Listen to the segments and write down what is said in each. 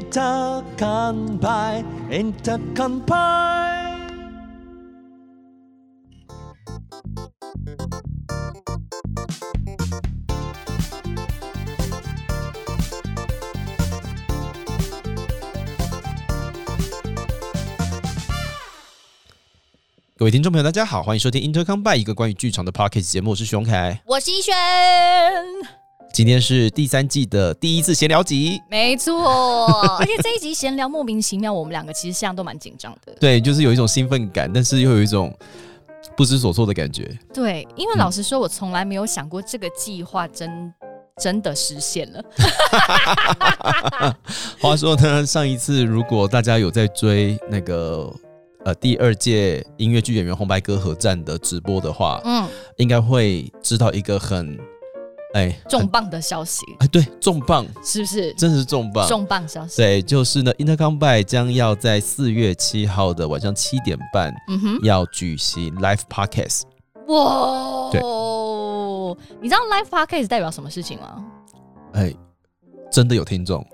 Intercon Pie, Intercon Pie. 各位听众朋友，大家好，欢迎收听 Intercom by 一个关于剧场的 Pocket 节目，我是熊凯。我是一轩，今天是第三季的第一次闲聊集，没错。 而且这一集闲聊莫名其妙，我们两个其实现在都蛮紧张的。对，就是有一种兴奋感，但是又有一种不知所措的感觉。对，因为老实说，我从来没有想过这个计划真真的实现了。话说呢，上一次如果大家有在追那个呃第二届音乐剧演员红白歌合战的直播的话，嗯，应该会知道一个很哎重很磅的消息哎对重磅，是不是？真的是重磅，重磅消息。对，就是呢，Intercom by 将要在四月七号的晚上七点半嗯哼，要举行 Live Podcast。哇，你知道 live podcast 代表什么事情吗？哎，真的有听众，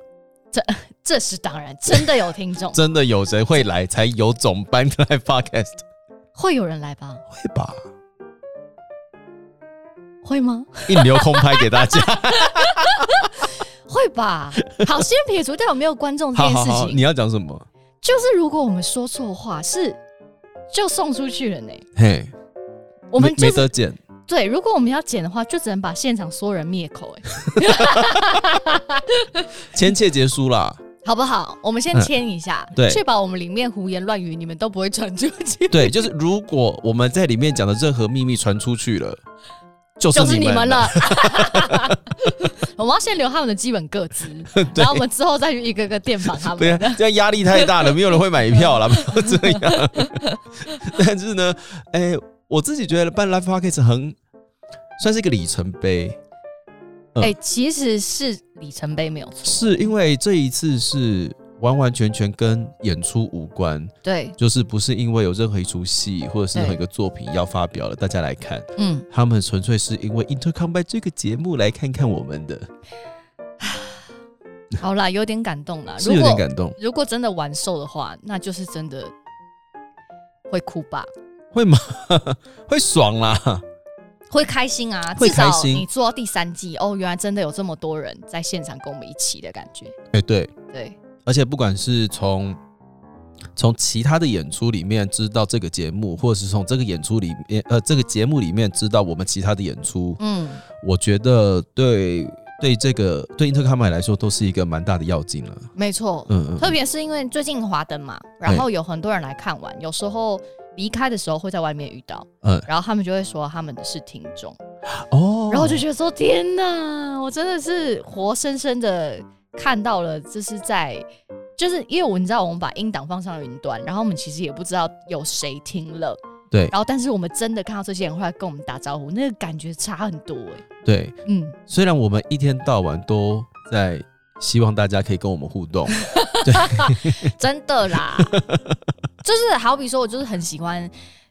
这是当然，真的有听 众，真的有谁会来，才有总办 Live Podcast 会有人来吧？会吧？会吗？一留空拍给大 家。会 吧？好，先撇除掉有没有观众这好件好事情。好，你要讲什么？就是如果我们说错话，是就送出去了呢。嘿，我们没就没是得剪，对，如果我们要剪的话，就只能把现场所有人灭口， 哎，签切结束啦。好不好？我们先嗯签一下，对确保我们里面胡言乱语你们都不会传出 去。对，就是如果我们在里面讲的任何秘密传出去了，就是就是你们 了。了， 我们要先留他们的基本个资，然后我们之后再去一个个电访他对们。 啊，这样压力太大了，没有人会买票啦，不要这样。但是呢，哎、我自己觉得办 live podcast 很算是一个里程碑，嗯哎、其实是里程碑没有错，是因为这一次是完完全全跟演出无关，对，就是不是因为有任何一出戏或者是对任何一个作品要发表了，大家来看，嗯，他们纯粹是因为 Intercom by 这个节目来看看我们的，好啦，有点感动啦。是如有果点感动，如果真的完售的话，那就是真的会哭吧，会吗？会爽啦，会开心啊。会至开少心你做到第三季，哦，原来真的有这么多人在现场跟我们一起的感觉。哎、对。对，而且不管是从从其他的演出里面知道这个节目，或者是从这个演出里面呃这个节目里面知道我们其他的演出，嗯，我觉得对对这个对 Intercom 来说都是一个蛮大的要劲了。没错。嗯嗯特别是因为最近华灯嘛，然后有很多人来看完，有时候离开的时候会在外面遇到，嗯然后他们就会说他们是听众，哦，然后我就觉得说天哪，我真的是活生生的看到了，就是在就是因为我你知道我们把音档放上了云端，然后我们其实也不知道有谁听了，对然后但是我们真的看到这些人会来跟我们打招呼，那个感觉差很多哎、对， 嗯，虽然我们一天到晚都在希望大家可以跟我们互 动，真的啦，就是好比说我就是很喜欢。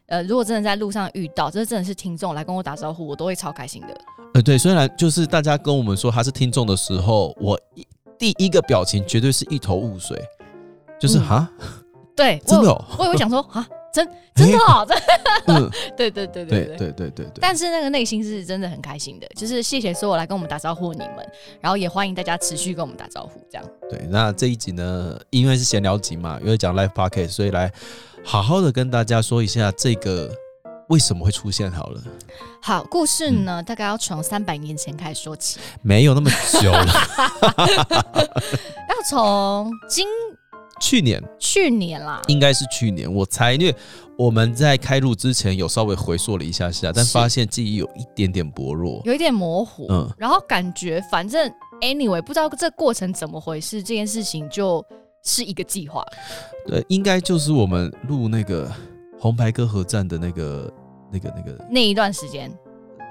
呃，如果真的在路上遇到，这真的是听众来跟我打招呼，我都会超开心的。呃对，虽然就是大家跟我们说他是听众的时候，我一第一个表情绝对是一头雾水，就是嗯 哈、对，我真的有哦，我也会 想说啊，真真的哦， 真嗯，对对对对对对对对对嗯对。但是那个内心是真的很开心的，就是谢谢所有来跟我们打招呼的你们，然后也欢迎大家持续跟我们打招呼，这样对，那这一集呢，因为是闲聊集嘛，因为讲 live podcast，所以来好好的跟大家说一下这个为什么会出现好了，好。故事嗯呢，大概要从三百年前开始说起，没有那么久了，要从今 去年去年啦，应该是去年，我猜，因为我们在开录之前有稍微回溯了一下下，但是发现记忆有一点点薄弱。有一点模糊，嗯然后感觉反正 anyway 不知道这过程怎么回事，这件事情就是一个计划，对，应该就是我们录那个红牌歌合战的那个、那个、那个，那一段时间，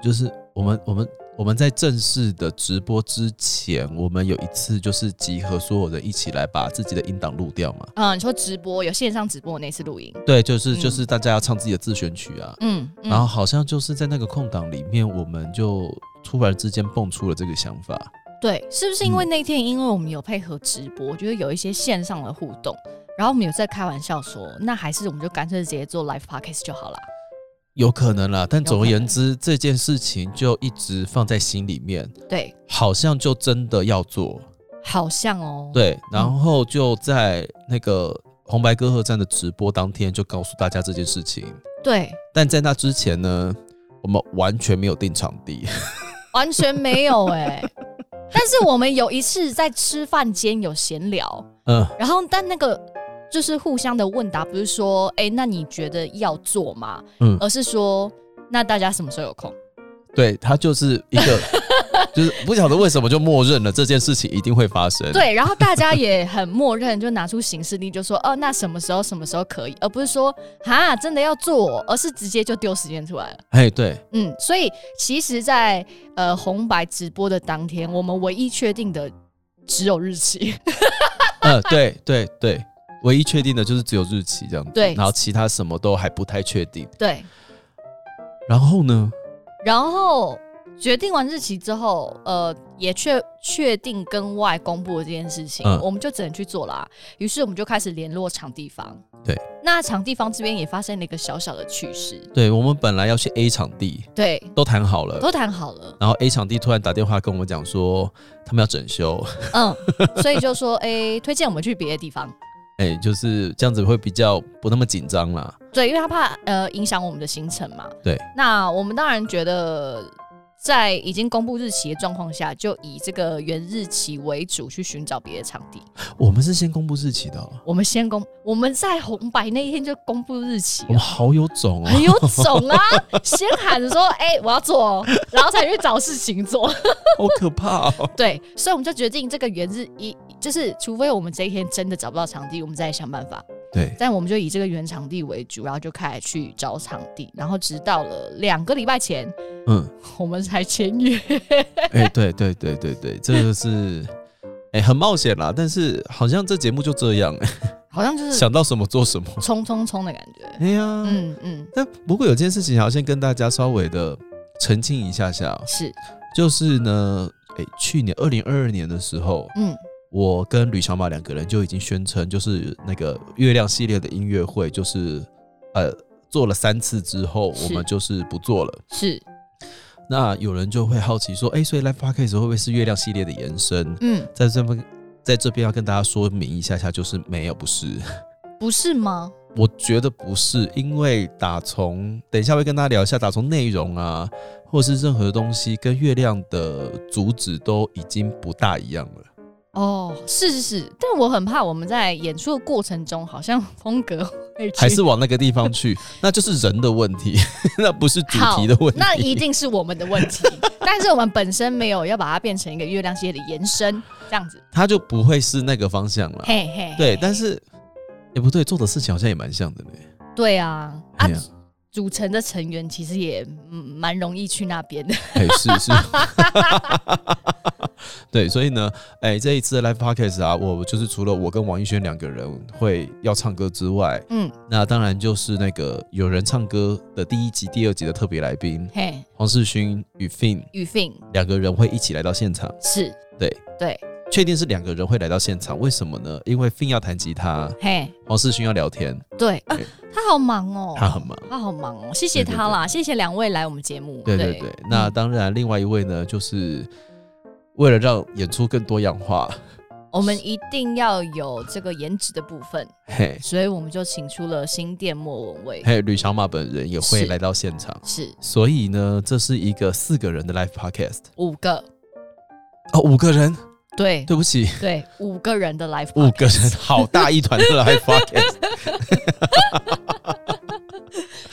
就是我们我们。我们在正式的直播之前，我们有一次就是集合所有人一起来把自己的音档录掉嘛。嗯，你说直播有线上直播那次录音，对，就是嗯就是大家要唱自己的自选曲啊。嗯，嗯然后好像就是在那个空档里面，我们就突然之间蹦出了这个想法，对，是不是因嗯为那天因为我们有配合直播，就是有一些线上的互动，然后我们有在开玩笑说，那还是我们就干脆直接做 live podcast 就好了。有可能啦，但有总而可言能之，这件事情就一直放在心里面，对，好像就真的要做。好像哦，，对，然后就在那个红白歌合战的直播当天就告诉大家这件事情，对，但在那之前呢，我们完全没有定场地。完全没有哎、但是我们有一次在吃饭间有闲聊，嗯，然后但那个就是互相的问答，不是说哎、诶那你觉得要做吗？嗯而是说那大家什么时候有空？对，它就是一 个，就是不晓得为什么就默认了这件事情一定会发生。，对，然后大家也很默认，就拿出行事历，就说哦、那什么时候什么时候可以，而不是说哈真的要做，哦而是直接就丢时间出来了。哎，对，嗯，所以其实在，呃红白直播的当天，我们唯一确定的只有日期。 嗯，对，对，对，唯一确定的就是只有日期这样子，对然后其他什么都还不太确定。对，然后呢，然后决定完日期之后，呃，也确确定跟外公布了这件事情，嗯我们就只能去做啦。于是我们就开始联络场地方。对，那场地方这边也发生了一个小小的趣事，对我们本来要去 A 场地，对，都谈好了，都谈好了，然后 A 场地突然打电话跟我们讲说他们要整修，嗯，所以就说，哎、推荐我们去别的地方，哎、就是这样子会比较不那么紧张啦。对，因为他怕呃影响我们的行程嘛。对，那我们当然觉得。在已经公布日期的状况下，就以这个原日期为主去寻找别的场地。我们是先公布日期的哦、我们先公，我们在红白那一天就公布日期了我们好有种哦、很有种啊！ 先喊着说：“哎、我要做哦。”然后才去找事情做。好可怕哦、 对，所以我们就决定这个原日一，就是除非我们这一天真的找不到场地，我们再想办法。对，但我们就以这个原场地为主，然后就开始去找场地，然后直到了两个礼拜前，嗯，我们才签约。哎、对对对对对，这就是哎、很冒险啦，但是好像这节目就这样、哎好像就是想到什么做什么。冲冲冲的感觉。哎呀，嗯嗯，但不过有件事情要先跟大家稍微的澄清一下下哦、是，就是呢，哎、去年二零二二年的时候，嗯我跟吕小马两个人就已经宣称，就是那个月亮系列的音乐会，就是呃做了三次之后，是我们就是不做了。是，那有人就会好奇说，哎、所以 Live Podcast 会不会是月亮系列的延伸？嗯，在这边，在这边要跟大家说明一下下，就是没有，不是， 不是吗？我觉得不是，因为打从等一下会跟大家聊一下，打从内容啊，或是任何东西跟月亮的主旨都已经不大一样了。哦，是是是，但我很怕我们在演出的过程中，好像风格会去还是往那个地方去，那就是人的问题， 那不是主题的问题。那一定是我们的问 题。但是我们本身没有要把它变成一个月亮系列的延伸，这样子。它就不会是那个方向了。嘿嘿，啊对，嘿但是也不对，做的事情好像也蛮像的呢。对啊啊哎，呀，组成的成员其实也嗯蛮容易去那边的。哎，是是， 对，所以呢，哎，这一次的 live podcast 啊，我就是除了我跟王一轩两个人会要唱歌之外，嗯，那当然就是那个有人唱歌的第一集、第二集的特别来宾 嘿，黄世勋与 Fin 雨fin 两个人会一起来到现场。是，对对，确定是两个人会来到现场，为什么呢？因为 Fin 要弹吉他，嘿，黄世勋要聊天，对啊对，他好忙哦，他很忙。他好忙哦，谢谢对对他啦，谢谢两位来我们节目。对对对，那嗯当然，另外一位呢，就是为了让演出更多样化， 我们一定要有这个颜值的部分。嘿，所以我们就请出了新店莫文蔚，还有吕小马本人也会是来到现场。是所以呢，这是一个四个人的 live podcast 五个，哦，五个人，对对不起，对，五个人的 live， 五个 podcast 人，好大一团的 live podcast，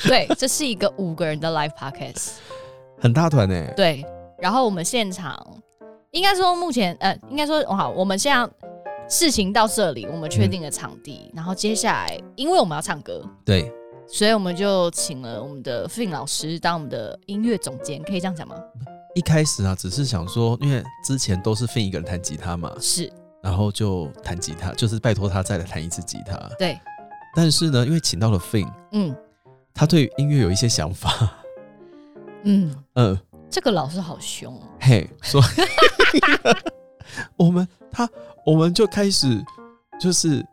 对，这是一个五个人的 live podcast，很大团欸呢、对。然后我们现场，应该说目前，呃，应该说哦好，我们现在事情到这里，我们确定了场地，然后接下来，因为我们要唱歌，对，所以我们就请了我们的 Fin 老师当我们的音乐总监，可以这样讲吗？一开始啊，只是想说，因为之前都是 Fin 一个人弹吉他嘛，是然后就弹吉他，就是拜托他再来弹一次吉他。对，但是呢，因为请到了 Fin，嗯 他对音乐有一些想法，嗯，嗯，这个老师好凶哦，嘿，所以 我们他我们就开始就是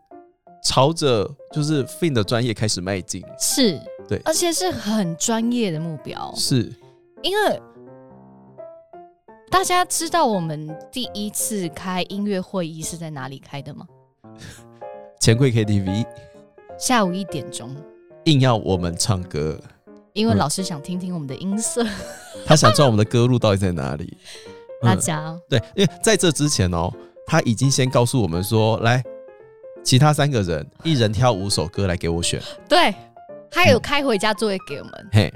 朝着就是 Fin 的专业开始迈进，是，对而且是很专业的目标，是因为大家知道我们第一次开音乐会议是在哪里开的吗？钱柜 KTV 下午一点钟，硬要我们唱歌，因为嗯老师想听听我们的音色，他想知道我们的歌路到底在哪里。嗯大家对，因为在这之前哦，他已经先告诉我们说，来，其他三个人一人挑五首歌来给我选。对，他有开回家作业给我们，嘿，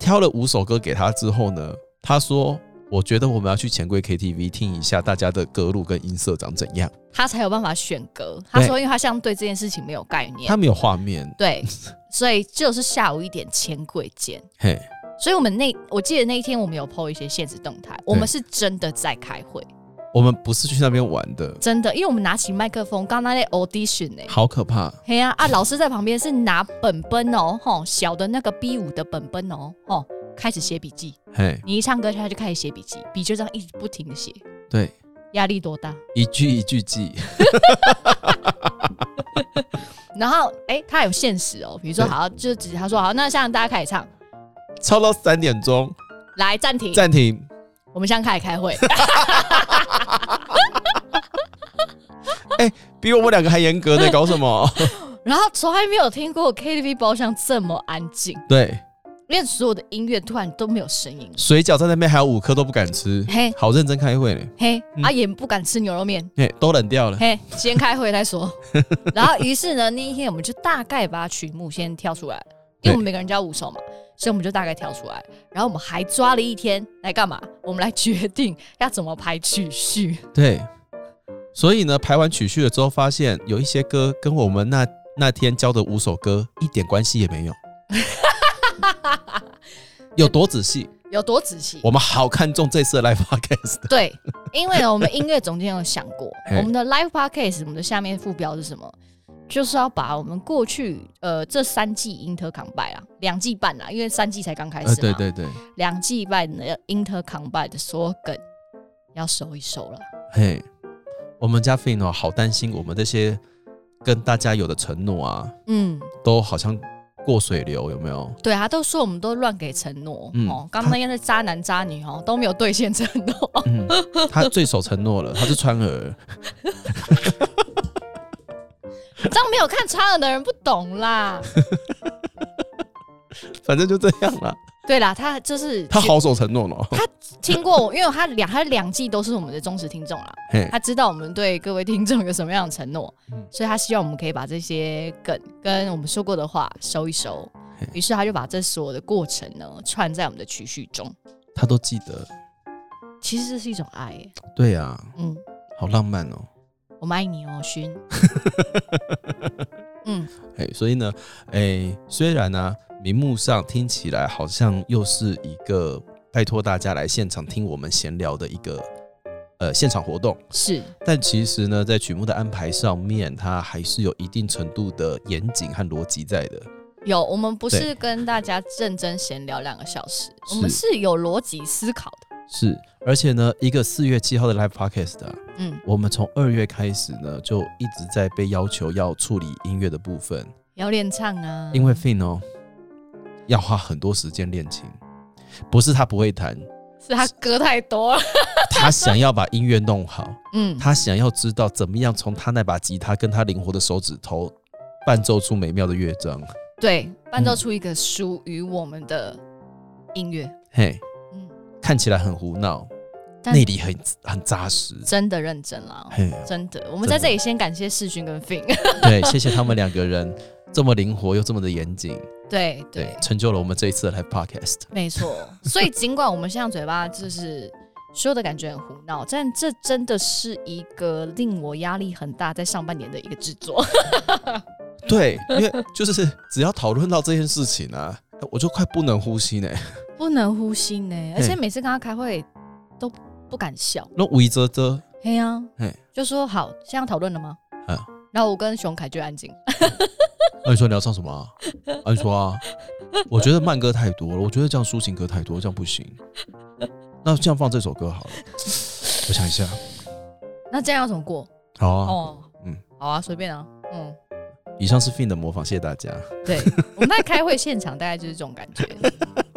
挑了五首歌给他之后呢，他说，我觉得我们要去钱柜 KTV 听一下大家的歌路跟音色长怎样。他才有办法选歌。他对说，因为他像对这件事情没有概念他，没有画面，对， 所以就是下午一点钱柜见。嘿，所以我们那我记得那一天我们有 PO 一些现实动态，我们是真的在开会，我们不是去那边玩的，真的，因为我们拿起麦克风，刚刚那类 audition 呢、好可怕。嘿呀 啊，老师在旁边是拿本本哦，吼，小的那个 B 五的本本哦，吼，开始写笔记。嘿，你一唱歌，他就开始写笔记，笔就这样一直不停的写，对，压力多大？一句一句记，然后，哎、他有限时哦，比如说对好，就只他说好，那现在大家开始唱，抄到三点钟来暂停，暂停，我们现在开始开 会，比我们两个还严格的，搞什么？然后从来没有听过 KTV 包厢这么安静，对，因为所有的音乐突然都没有声音，水饺在那边还有五颗都不敢吃，嘿好认真开会呢。嘿，嗯啊也不敢吃牛肉 面，嘿，都冷掉了。嘿，先开会再说。 然后于是呢，那一天我们就大概把曲目先挑出来，因为我们每个人教五首嘛，所以我们就大概挑出来。然后我们还抓了一天来干嘛？我们来决定要怎么排曲序。对，所以呢，排完曲序了之后，发现有一些歌跟我们那那天教的五首歌一点关系也没有。 有多仔细？有多仔细？我们好看重这次的 live podcast。对，因为我们音乐总监有想过 嘿，我们的 live podcast，我们的下面副标是什么？就是要把我们过去呃这三季 Inter Combine 啊，两季半啦，因为三季才刚开始嘛，呃对对对，两季半的 Inter Combine 的所有梗要收一收了。嘿，我们家 Fin 哦，好担心我们这些跟大家有的承诺啊，嗯，都好像过水流，有没有？ 对啊，都说我们都乱给承诺、嗯哦，刚刚那些那渣男渣女哦 都没有兑现承诺，哦嗯，他最守承诺了，他是川 儿。这样没有看差耳的人不懂啦。反正就这样了。对啦，他就是他好守承诺哦。听过我，因为他两他两季都是我们的忠实听众啦，嘿，他知道我们对各位听众有什么样的承诺，所以他希望我们可以把这些梗跟我们说过的话收一收。于是他就把这所有的过程呢串在我们的曲序中，他都记得。其实这是一种爱耶，对啊，嗯，好浪漫哦。我们爱你哦，勋，嗯，哎，所以呢，哎，虽然呢、名目上听起来好像又是一个拜托大家来现场听我们闲聊的一个呃现场活动，是但其实呢，在曲目的安排上面，它还是有一定程度的严谨和逻辑在的。有我们不是跟大家认真闲聊两个小时，我们是有逻辑思考的，是，而且呢，一个四月七号的 live podcast 啊，嗯，我们从二月开始呢，就一直在被要求要处理音乐的部分，要练唱啊，因为 Fin 哦，要花很多时间练琴，不是他不会弹，是他歌太多了，他想要把音乐弄好，嗯，他想要知道怎么样从他那把吉他跟他灵活的手指头伴奏出美妙的乐章。对，伴嗯奏出一个属于我们的音乐，嘿，嗯，看起来很胡闹，但内里很很扎实。真的认真啦， 哦嘿，真的，我们在真的这里先感谢世勋跟 Fin，对，谢谢他们两个人这么灵活又这么的严谨， 对对，对，成就了我们这一次的 live podcast。没错。所以尽管我们现在嘴巴就是说的感觉很胡闹，但这真的是一个令我压力很大在上半年的一个制作。 对，因 为就是只要讨论到这件事情啊，我就快不能呼吸呢。不能呼吸呢，而且嘿每次跟他开会都不敢笑。那围着遮，嘿呀、啊嘿，就说好，现在讨论了吗？嗯然后我跟熊凯就安静。 那、你说你要唱什么啊？啊，你说啊，我觉得慢歌太多了，我觉得这样抒情歌太多，这样不行。那这样放这首歌好了，我想一下，那这样要怎么过？好啊。哦，嗯嗯，好啊，随便啊，嗯，以上是 Fin 的模仿，谢谢大家。对，我们在开会现场大概就是这种感觉，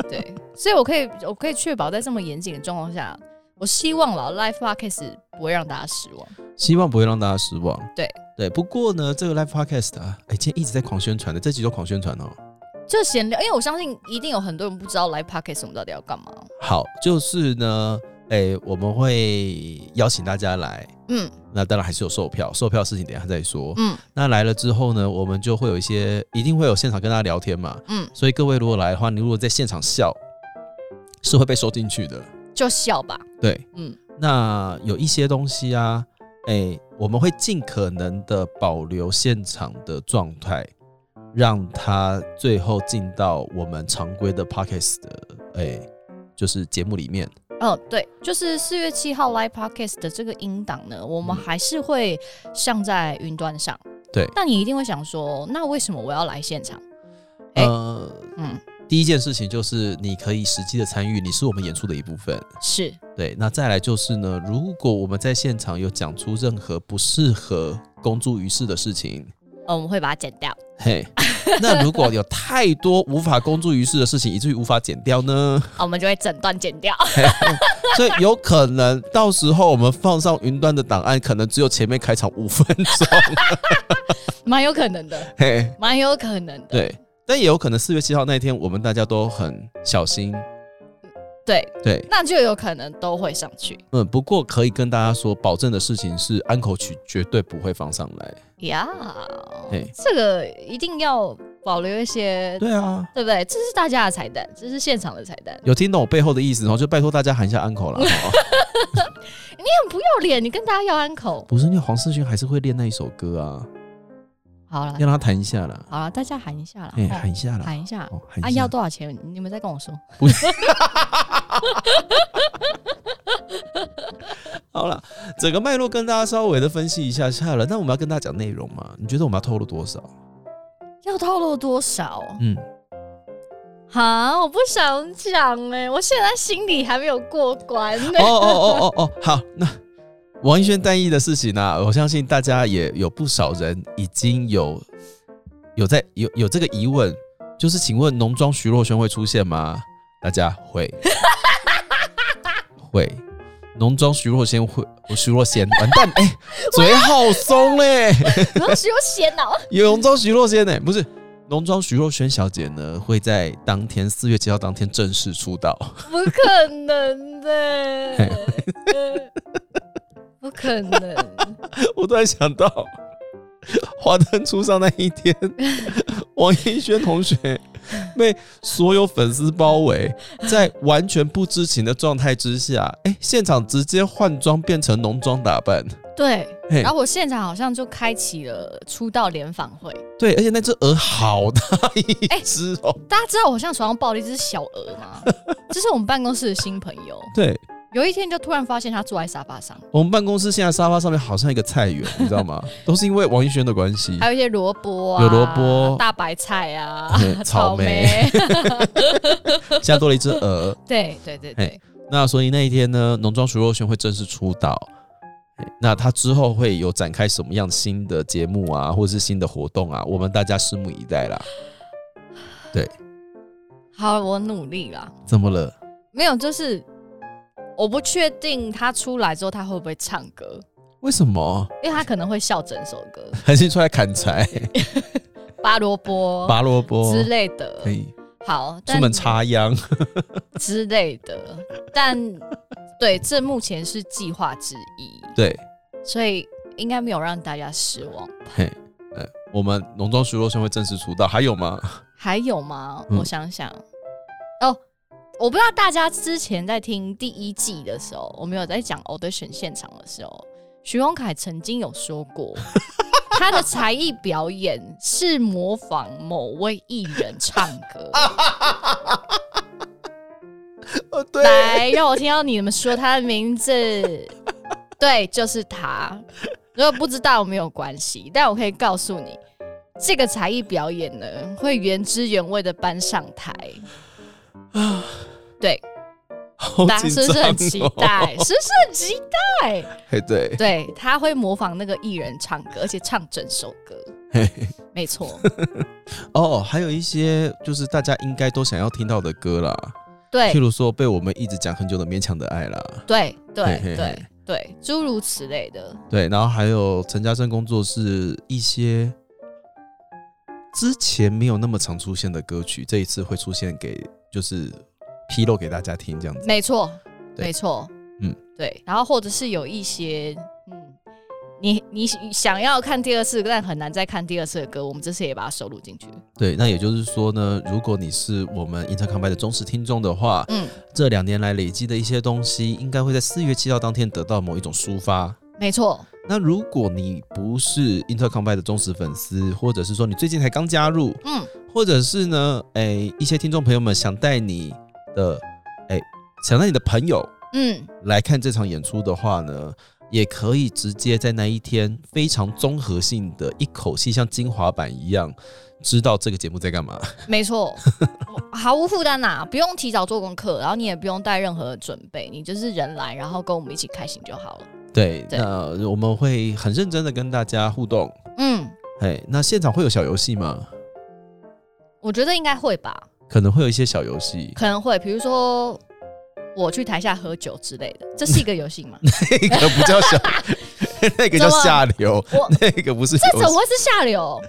对，所以我可以我可以确保在这么严谨的状况下，我希望了 Live Podcast 不会让大家失望。希望不会让大家失望。对对，不过呢，这个 Live Podcast 啊，哎、今天一直在狂宣传的，这集都狂宣传哦。就闲聊，因为我相信一定有很多人不知道 Live Podcast 我们到底要干嘛。哦好，就是呢，哎、我们会邀请大家来，嗯那当然还是有售票，售票的事情等一下再说。嗯那来了之后呢，我们就会有一些，一定会有现场跟大家聊天嘛。嗯，所以各位如果来的话，你如果在现场笑，是会被收进去的。就笑吧。对，嗯那有一些东西啊，哎、我们会尽可能的保留现场的状态，让它最后进到我们常规的 podcast 的哎、就是节目里面。哦，对，就是四月七号 Live Podcast 的这个音档呢，我们还是会上在云端上。对那你一定会想说，那为什么我要来现场？哎呃，嗯，第一件事情就是你可以实际的参与，你是我们演出的一部分。是对，那再来就是呢，如果我们在现场有讲出任何不适合公诸于世的事情，呃，我们会把它剪掉。嘿，那如果有太多无法公诸于世的事情，以至于无法剪掉呢？啊我们就会整段剪掉。 所以有可能到时候我们放上云端的档案，可能只有前面开场五分钟。蛮有可能的，嘿，蛮有可能的。对，但也有可能四月七号那一天，我们大家都很小心。对，对，那就有可能都会上去嗯，不过可以跟大家说，保证的事情是安口曲绝对不会放上来。呀。 对这个一定要保留一些，对啊，对不对？这是大家的彩蛋，这是现场的彩蛋。有听懂我背后的意思，哦然后就拜托大家喊一下安口啦。哦好不好很不要脸，你跟大家要安口。 不是，那黄世勋还是会练那一首歌啊，好了要，让他弹一下啦。好了，大家喊一下了，哎、哦喊一下啦。喊一下。哦，喊啊，一下。要多少钱？你们再跟我说。好了，整个脉络跟大家稍微的分析一下下了。那我们要跟大家讲内容嘛？你觉得我们要透露多少？要透露多少？嗯，哈，我不想讲哎、我现在心里还没有过关 呢、哦哦哦哦哦，好，那王一轩单一的事情呢、啊我相信大家也有不少人已经有有在有有这个疑问，就是请问浓妆徐若瑄会出现吗？大家会会。浓妆徐若瑄会，徐若瑄完蛋哎、嘴好松嘞、然后只有血脑。有浓妆徐若瑄呢、不是浓妆徐若瑄小姐呢，会在当天四月七号当天正式出道。不可能的嘿，不可能。我突然想到，华灯初上那一 天，王一轩同学被所有粉丝包围，在完全不知情的状态之下，哎、现场直接换装变成浓妆打扮。对，嘿然后我现场好像就开启了出道联访会。对，而且那只鹅好大一哎只哦、大家知道我现在手上抱了一只小鹅 吗？这是我们办公室的新朋友。对有一天就突然发现他坐在沙发上，我们办公室现在沙发上面好像一个菜园，你知道吗？都是因为王一轩的关系。还有一些萝卜啊，有萝卜大白菜啊对，草莓。现在多了一只鹅。对对对对，那所以那一天呢，浓妆徐若瑄会正式出道。哎那她之后会有展开什么样新的节目啊，或者是新的活动啊？我们大家拭目以待啦。好，我努力啦。怎么了？没有，就是我不确定他出来之后他会不会唱歌，为什么？因为他可能会笑整首歌，还是出来砍柴、 拔萝卜拔萝卜之类的可。以好，但出门插秧。之类的，但对，这目前是计划之一，对，所以应该没有让大家失望。嘿，呃，我们浓妆徐若瑄会正式出道，还有吗？还有吗？嗯我想想，哦，我不知道大家之前在听第一季的时候，我们有在讲 audition 现场的时候，徐宏凯曾经有说 过，他的才艺表演是模仿某位艺人唱歌。 哦，对来，让我听到你们说他的名字。对，就是他。如果不知道没有关系，但我可以告诉你，这个才艺表演呢，会原汁原味的搬上台。对，啊好 大家紧是不是张很期哦！待？是不是很期待？嘿，对，对，他会模仿那个艺人唱歌，而且唱整首歌。嘿没 错，哦，还有一些就是大家应该都想要听到的歌啦，对譬如说被我们一直讲很久的《勉强的爱》啦，对嘿嘿对嘿对对，诸如此类的。对，然后还有陈嘉生工作室一些之前没有那么常出现的歌曲，这一次会出现给就是披露给大家听这样子。没错，对没错，嗯嗯，对。然后或者是有一些，嗯，你你想要看第二次，但很难再看第二次的歌，我们这次也把它收录进去。对，那也就是说呢，如果你是我们 Intercombine 的忠实听众的话，嗯，这两年来累积的一些东西，应该会在四月七号当天得到某一种抒发。没错，那如果你不是 Intercombine 的忠实粉丝，或者是说你最近才刚加入，嗯，或者是呢，哎、一些听众朋友们想带你的，哎、想带你的朋友嗯，来看这场演出的话呢，也可以直接在那一天非常综合性的一口气，像精华版一样，知道这个节目在干嘛。 没错， 毫无负担呐，不用提早做功课，然后你也不用带任何准备，你就是人来，然后跟我们一起开心就好了。对，对那我们会很认真的跟大家互动。嗯，哎，那现场会有小游戏吗？我觉得应该会吧，，可能会有一些小游戏 可能会，比如说我去台下喝酒之类的，这是一个游戏 吗？那个不叫小， 那个叫下流 我，那个不是这游怎么戏。会是下流？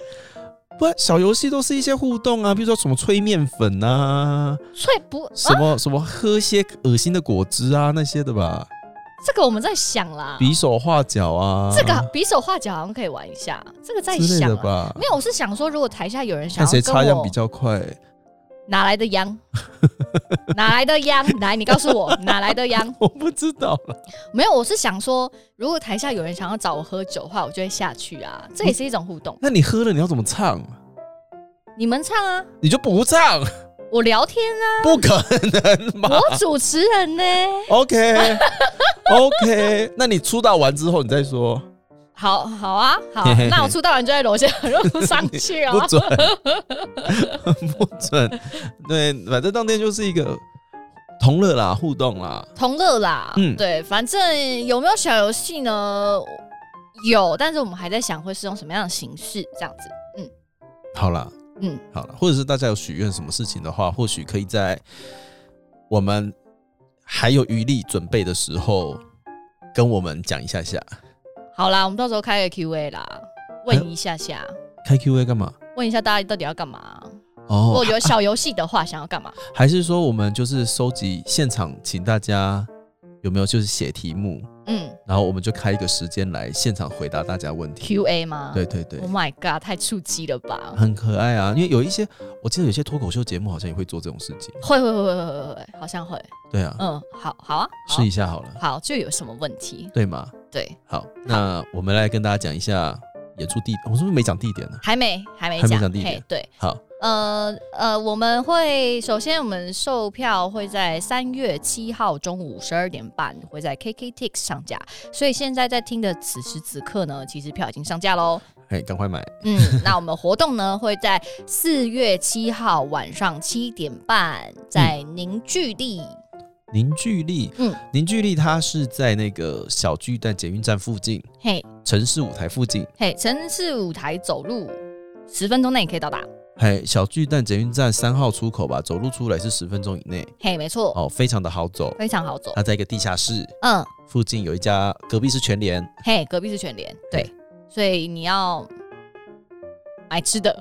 不，小游戏都是一些互动啊，比如说什么吹面粉啊，所以不，什么、什么喝些恶心的果汁啊那些的吧，这个我们在想啦，比手画脚啊，这个比手画脚好像可以玩一下，这个在之类想的啊。吧。没有，我是想说，如果台下有人想看谁要跟擦样我比较快， 哪来的秧，哪来的秧，来你告诉我哪来的秧？我不知道了。没有，我是想说，如果台下有人想要找我喝酒的话，我就会下去啊，这也是一种互动。那你喝了你要怎么唱？你们唱 啊，你就 不唱，我聊天啊，不可能吧我主持人呢、 ？OK OK，那你出道完之后你再说，好好啊，好嘿嘿嘿，那我出道完就在楼下路上去啊不。准，不准。对，反正当天就是一个同乐啦，互动啦。同乐啦，嗯对，反正有没有小游戏呢？有，但是我们还在想会是用什么样的形式这样子。嗯好啦，嗯，好了，或者是大家有许愿什么事情的话，或许可以在我们还有余力准备的时候，跟我们讲一下下。好啦，我们到时候开个 Q&A 啦，问一下下，开 Q&A 干嘛？问一下大家到底要干嘛？如哦果，有小游戏的话，想要干嘛？还是说我们就是收集现场，请大家有没有就是写题目，嗯然后我们就开一个时间来现场回答大家问题。 ，Q&A 吗？对对对 Oh，my god，太触及了吧？很可爱啊，因为有一些我记得有些脱口秀节目好像也会做这种事情。会会会会会会会，好像会。对啊，嗯，好好啊，好试一下好了，好，就有什么问题？对吗？对，好，那我们来跟大家讲一下演出地，我是不是没讲地点呢？还没还没还没讲讲地，点嘿对，好，呃呃，我们会首先我们售票会在三月七号中午十二点半会在 KKTix 上架，所以现在在听的此时此刻呢，其实票已经上架喽。哎，赶快买。 嗯，那我们活动呢会在四月七号晚上七点半在凝聚力。凝聚力，嗯凝聚力它是在那个小巨蛋捷运站附近，嘿城市舞台附近。嘿，城市舞台走路十分钟内可以到达。嘿，哎小巨蛋捷运站三号出口吧，走路出来是十分钟以内，嘿，没错，哦，非常的好走。非常好走。它在一个地下室，嗯，附近有一家，隔壁是 全联，嘿，隔壁是全联，对，所以你要买吃的。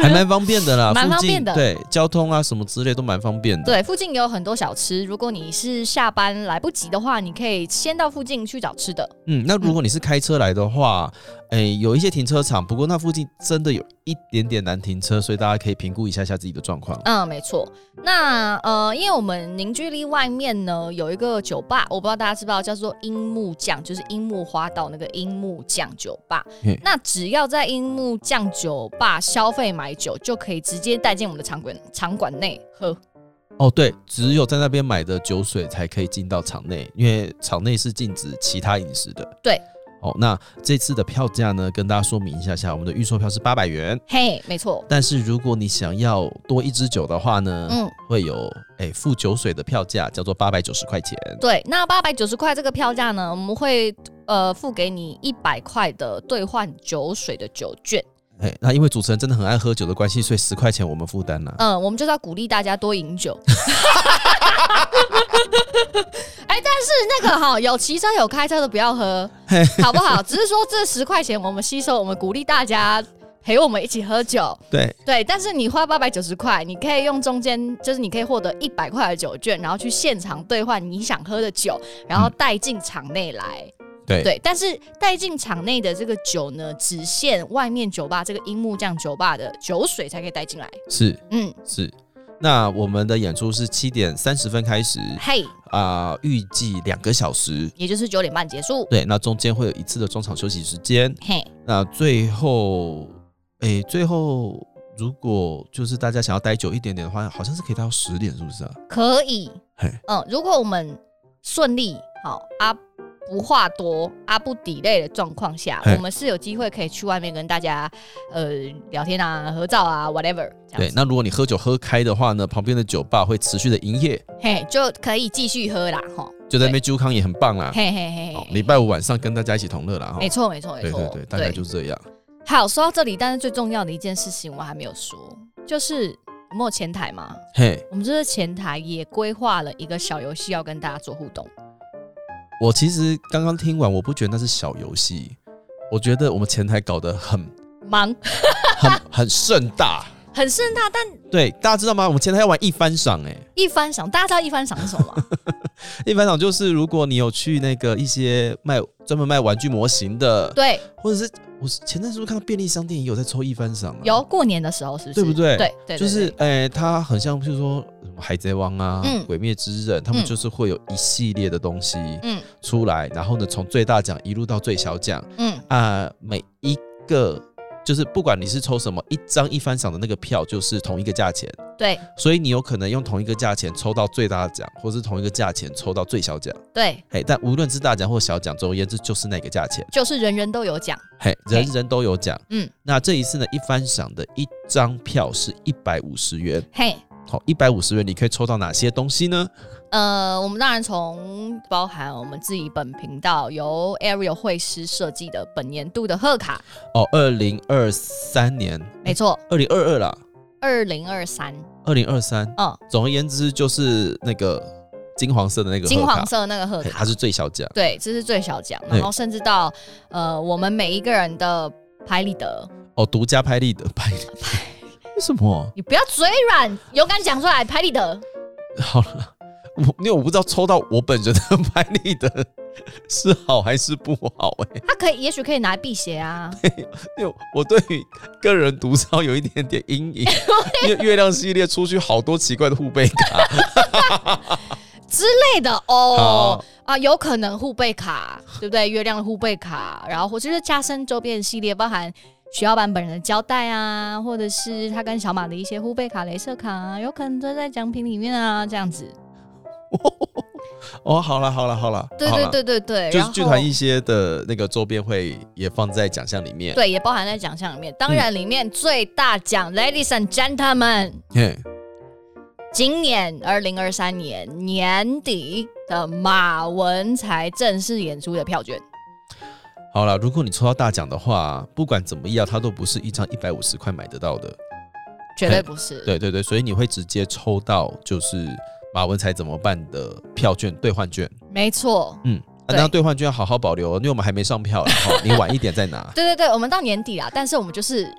还蛮方便的啦，嗯蛮附方近便的对，交通啊什么之类都蛮方便的。，对，附近有很多小吃，如果你是下班来不及的话，你可以先到附近去找吃的。嗯，那如果你是开车来的话，诶、有一些停车场，不过那附近真的有一点点难停车，所以大家可以评估一下下自己的状况。嗯，没错。那呃，因为我们凝聚力外面呢有一个酒吧，我不知道大家知不知道，叫做樱木酱，就是樱木花道那个樱木酱酒吧嘿。那只要在樱木酱酒吧消费买酒，就可以直接带进我们的场馆场馆内喝。哦，对，只有在那边买的酒水才可以进到场内，因为场内是禁止其他饮食的。对。好，那这次的票价呢，跟大家说明一下下，我们的预售票是八百元，嘿，没错，但是如果你想要多一支酒的话呢，嗯会有哎付酒水的票价叫做八百九十块钱。对，那八百九十块这个票价呢，我们会呃付给你一百块的兑换酒水的酒券。哎，那因为主持人真的很爱喝酒的关系，所以十块钱我们负担了。嗯，我们就是要鼓励大家多饮酒。 哎、但是那个哈，有骑车有开车的不要喝，好不好？只是说这十块钱我们吸收，我们鼓励大家陪我们一起喝酒。对，对，但是你花八百九十块，你可以用中间，就是你可以获得一百块的酒券，然后去现场兑换你想喝的酒，然后带进场内来。对对，但是带进场内的这个酒呢，只限外面酒吧这个樱木酱酒吧的酒水才可以带进来。是嗯，是。那我们的演出是七点三十分开始嘿，啊、预计两个小时。也就是九点半结束。对，那中间会有一次的中场休息时间。嘿，那最后，哎，最后如果就是大家想要待久一点点的话，好像是可以待到十点，是不是啊？可以嘿。嗯，如果我们顺利，好啊，不话多啊，不 delay 的状况下，嘿我们是有机会可以去外面跟大家呃聊天啊、合照啊，whatever 这样对，子。那如果你喝酒喝开的话呢，旁边的酒吧会持续的营业，嘿，就可以继续喝啦，哈。就在那边揪康也很棒啦。嘿嘿嘿啊好，嘿，礼拜五晚上跟大家一起同乐啦。哈没，错没错没对错对，对，大概就是这样。好，说到这里，但是最重要的一件事情我还没有说，就是我们有前台嘛，嘿，我们这个前台也规划了一个小游戏要跟大家做互动。我其实刚刚听完，我不觉得那是小游戏，我觉得我们前台搞得 很忙很很盛大。很盛大，但对，大家知道吗？我们前台要玩一番赏，哎，一番赏，大家知道一番赏是什么 吗？一番赏就是如果你有去那个一些卖专门卖玩具模型的，对，或者是我是前阵子是不是看到便利商店也有在抽一番赏、啊，有过年的时候是不是？对不对对对对就是对诶、它很像，就是说什么海贼王啊、嗯鬼灭之刃，他们嗯就是会有一系列的东西嗯出来，然后呢，从最大奖一路到最小奖嗯，啊、每一个就是不管你是抽什么，一张一番赏的那个票就是同一个价钱，对所以你有可能用同一个价钱抽到最大奖，或是同一个价钱抽到最小奖。对，嘿，但无论是大奖或小奖，总而言之就是那个价钱。就是人人都有奖，嘿，嘿人人都有奖。嗯，那这一次呢，一番赏的一张票是一百五十元。嘿。好，一百五十元你可以抽到哪些东西呢？呃，我们当然从包含我们自己本频道由 Ariel 会师设计的本年度的贺卡，哦，二零二三年，没错，二零二二啦，二零二三，二零二三。嗯，总而言之，就是那个金黄色的那个金贺黄卡色那个贺嘿卡它，是最小奖。对，这是最小奖，对然后甚至到呃我们每一个人的拍立得，哦，独家拍立得，拍立得。为什么？ 你不要嘴软，勇敢讲出来，拍立得，好了，我因为我不知道抽到我本人的拍立得 是好还是不好哎、他可以，也许可以拿来辟邪啊，因为我对于个人独招有一点点阴 影，因为月亮系列出去好多奇怪的护贝 卡。对的哦好，啊，有可能护贝卡，对不对？月亮的护贝卡，然后或者是加深周边系列，包含徐老板本人的胶带啊，或者是他跟小马的一些护贝卡、镭射卡啊，有可能都在奖品里面啊，这样子。哦，好了好了好了，对好对啦对对对，就然是后剧团一些的那个周边会也放在奖项里面。对，也包含在奖项里面。当然，里面最大奖、l a d i e s and gentlemen，嘿，今年二零二三年年底的马文才正式演出的票券。好了，如果你抽到大奖的话，不管怎么样，它都不是一张一百五十块买得到的。绝对不是，对对对，所以你会直接抽到就是马文才怎么办的票券兑换券。没错，嗯，啊对那兑换券要好好保留哦，因为我们还没上票啦， 哈，你晚一点再拿。对对对，我们到年底啦，但是我们就是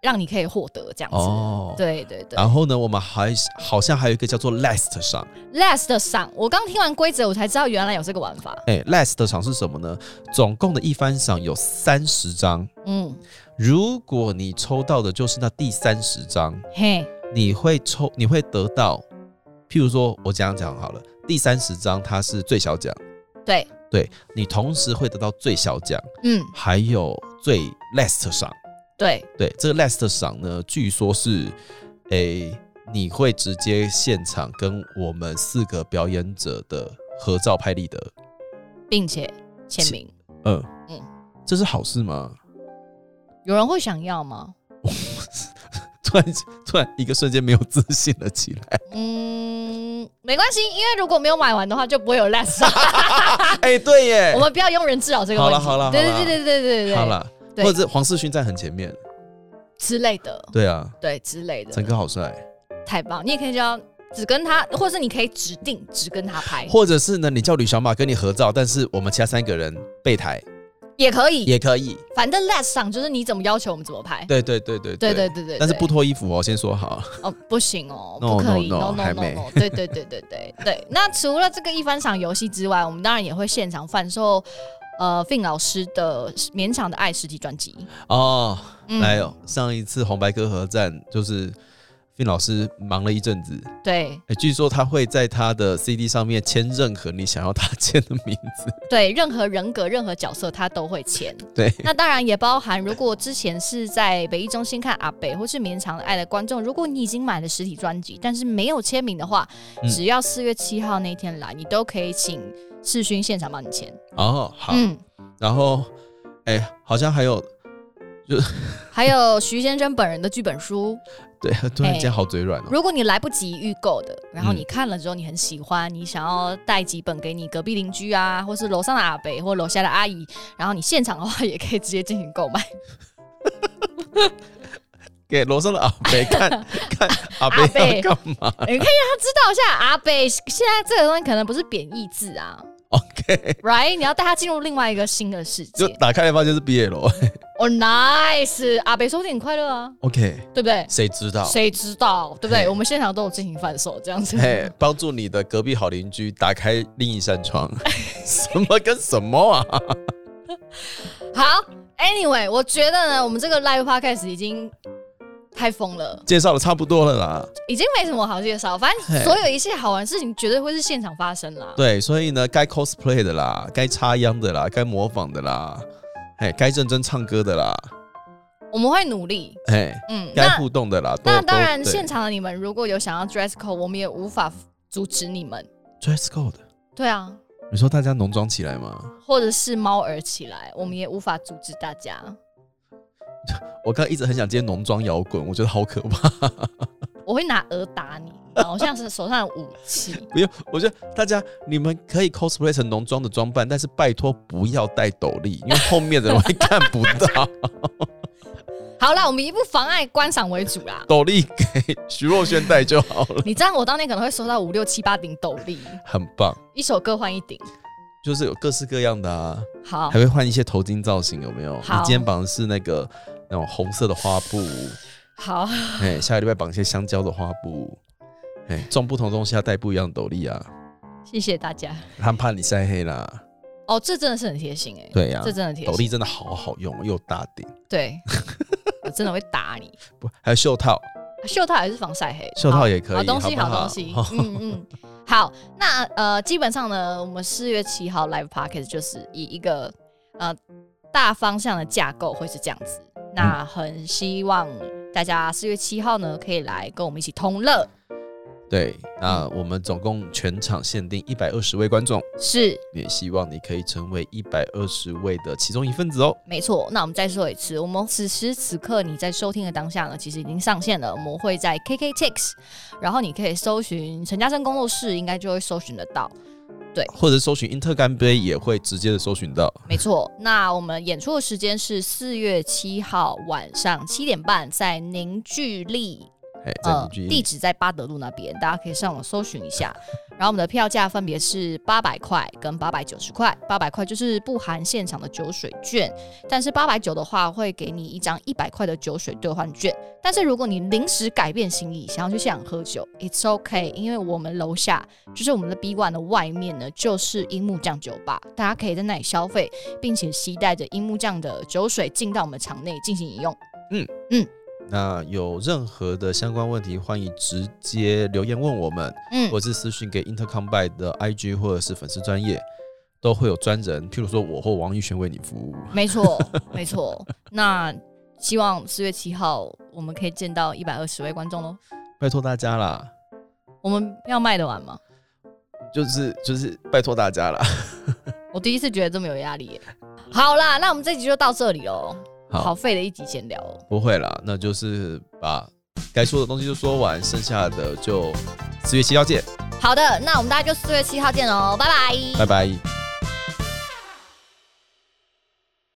让你可以获得这样子。哦，对对对然后呢，我们还好像还有一个叫做 Last 赏， ，Last 赏，我刚听完规则，我才知道原来有这个玩法。哎，Last 赏是什么呢？总共的一番赏有三十张，嗯，如果你抽到的就是那第三十张，嘿，你会抽，你会得到，譬如说我这样讲好了，第三十张它是最小奖，对，对你同时会得到最小奖，嗯，还有最 Last 赏，对，对，这个 Last 赏呢，据说是，诶、你会直接现场跟我们四个表演者的合照拍立得，并且签名。嗯嗯这是好事吗？有人会想要吗？突然突然一个瞬间没有自信了起来。嗯，没关系，因为如果没有买完的话，就不会 有 less 。哎、对耶我，们不要庸人自扰这个好问了题。好了对好对了对对对对对，好了，对，或者是黄世勋在很前面，之类的，对啊，对之类的。陈哥好帅，太棒，你也可以叫只跟他，或者是你可以指定只跟他拍，或者是呢，你叫吕小马跟你合照，但是我们其他三个人备台也可以。也可以。反正 less 上就是你怎么要求我们怎么拍。对对对对对对对对，但是对不脱衣服哦，先说好。哦，不行哦， No, 不可以 no, no， no no 还 no，, 没 no 对对对对对对。那除了这个一番赏游戏之外，我们当然也会现场贩售呃 Fin 老师的《勉强的爱》实体专辑。哦，嗯还有上一次红白歌合战，就是fin 老师忙了一阵子，对哎，据说他会在他的 CD 上面签任何你想要他签的名字。对，任何人格、任何角色他都会签。对， 那当然也包含，如果之前是在北艺中心看阿北或是绵长的爱的观众，如果你已经买了实体专辑，但是没有签名的话，嗯只要四月七号那天来，你都可以请世勋现场帮你签。哦，好，嗯，然后，哎，好像还有，还有徐先生本人的剧本书，对，突然间好嘴软哦。如果你来不及预购的，然后嗯你看了之后你很喜欢，你想要带几本给你隔壁邻居啊，或是楼上的阿北或楼下的阿姨，然后你现场的话也可以直接进行购 买。给楼上的阿北看看阿阿北伯要干嘛哎你可以让他知道一下阿北，现在这个东西可能不是贬义字啊？OK， ，right？你要带他进入另外一个新的世界就。打开来发现是 BL。哦、n i c e 阿北说不定很快乐啊， OK，对不对？谁知道？谁知道，对不嘿对？我们现场都有进行贩售，这样子。哎，帮助你的隔壁好邻居打开另一扇窗，什么跟什么啊？好，Anyway，我觉得呢，我们这个 live podcast 已经太疯了。介绍的差不多了啦。已经没什么好介绍，反嘿正所有一切好玩的事情绝对会是现场发生啦。对，所以呢，该 cosplay 的啦，该插秧的啦，该模仿的啦，哎，该认真唱歌的啦，我们会努力，哎，嗯，该那互动的啦。都那当然，都对现场的你们如果有想要 dress code，我们也无法阻止你们。 dress code，对啊，你说大家浓妆起来吗？或者是猫儿起来，我们也无法阻止大家。我刚刚一直很想接浓妆摇滚，我觉得好可怕。 我会拿鹅打你，然后像是手上的武器。 不用，我觉得大家你们可以 cosplay 成浓妆的装扮，但是拜托不要戴斗笠，因为后面的人会看不 到。好啦，我们以不妨碍观赏为主啦。斗笠给徐若瑄戴就好了，你这样，我当天可能会收到五六七八顶斗笠，很棒。一首歌换一顶。就是有各式各样的啊，好还，会换一些头巾造型，有没有？好你肩膀是那个那种红色的花布，好，哎，下个礼拜绑一些香蕉的花布，哎，种不同东西要戴不一样的斗笠啊，谢谢大家。他们怕你晒黑啦。哦，这真的是很贴心哎、对呀、啊这真的贴斗心。笠真的好好用，又大顶，对，我真的会打你。不还有袖套，啊袖套还是防晒黑，袖套也可以好东西，好哦不好东西，嗯嗯。好，那呃，基本上呢，我们四月七号 live podcast 就是以一个呃大方向的架构会是这样子。那很希望大家四月七号呢，可以来跟我们一起同乐。对。那嗯我们总共全场限定一百二十位观众，是，也希望你可以成为一百二十位的其中一份子哦。没错。那我们再说一次，我们此时此刻你在收听的当下呢，其实已经上线了。我们会在 KKTix，然后你可以搜寻陈嘉生工作室，应该就会搜寻得到。或者搜寻英特干杯也会直接的搜寻到。没错，那我们演出的时间是四月七号晚上七点半，在凝聚力哎，在你注意哦呃地址在巴德路那边，大家可以上网搜寻一下。然后我们的票价分别是八百块跟八百九十块，八百块就是不含现场的酒水券，但是八百九的话会给你一张一百块的酒水兑换券。但是如果你临时改变心意，想要去现场喝酒，it's OK，因为我们楼下就是我们的 B One 的外面呢，就是樱木酱酒吧，大家可以在那里消费，并且携带着樱木酱的酒水进到我们场内进行饮用。那有任何的相关问题，欢迎直接留言问我们，嗯或是私讯给 Intercom by 的 IG 或者是粉丝专业，都会有专人，譬如说我或王玉璇为你服务。没错，没错。那希望四月七号我们可以见到一百二十位观众喽。拜托大家啦，我们票卖得完吗？就是就是拜托大家啦。我第一次觉得这么有压力耶。好啦，那我们这集就到这里喽。好好废的一集闲聊哦。不会啦，那就是把该说的东西都说完，剩下的就四月七号见，好的，那我们大家就四月七号见喽，拜拜。拜拜。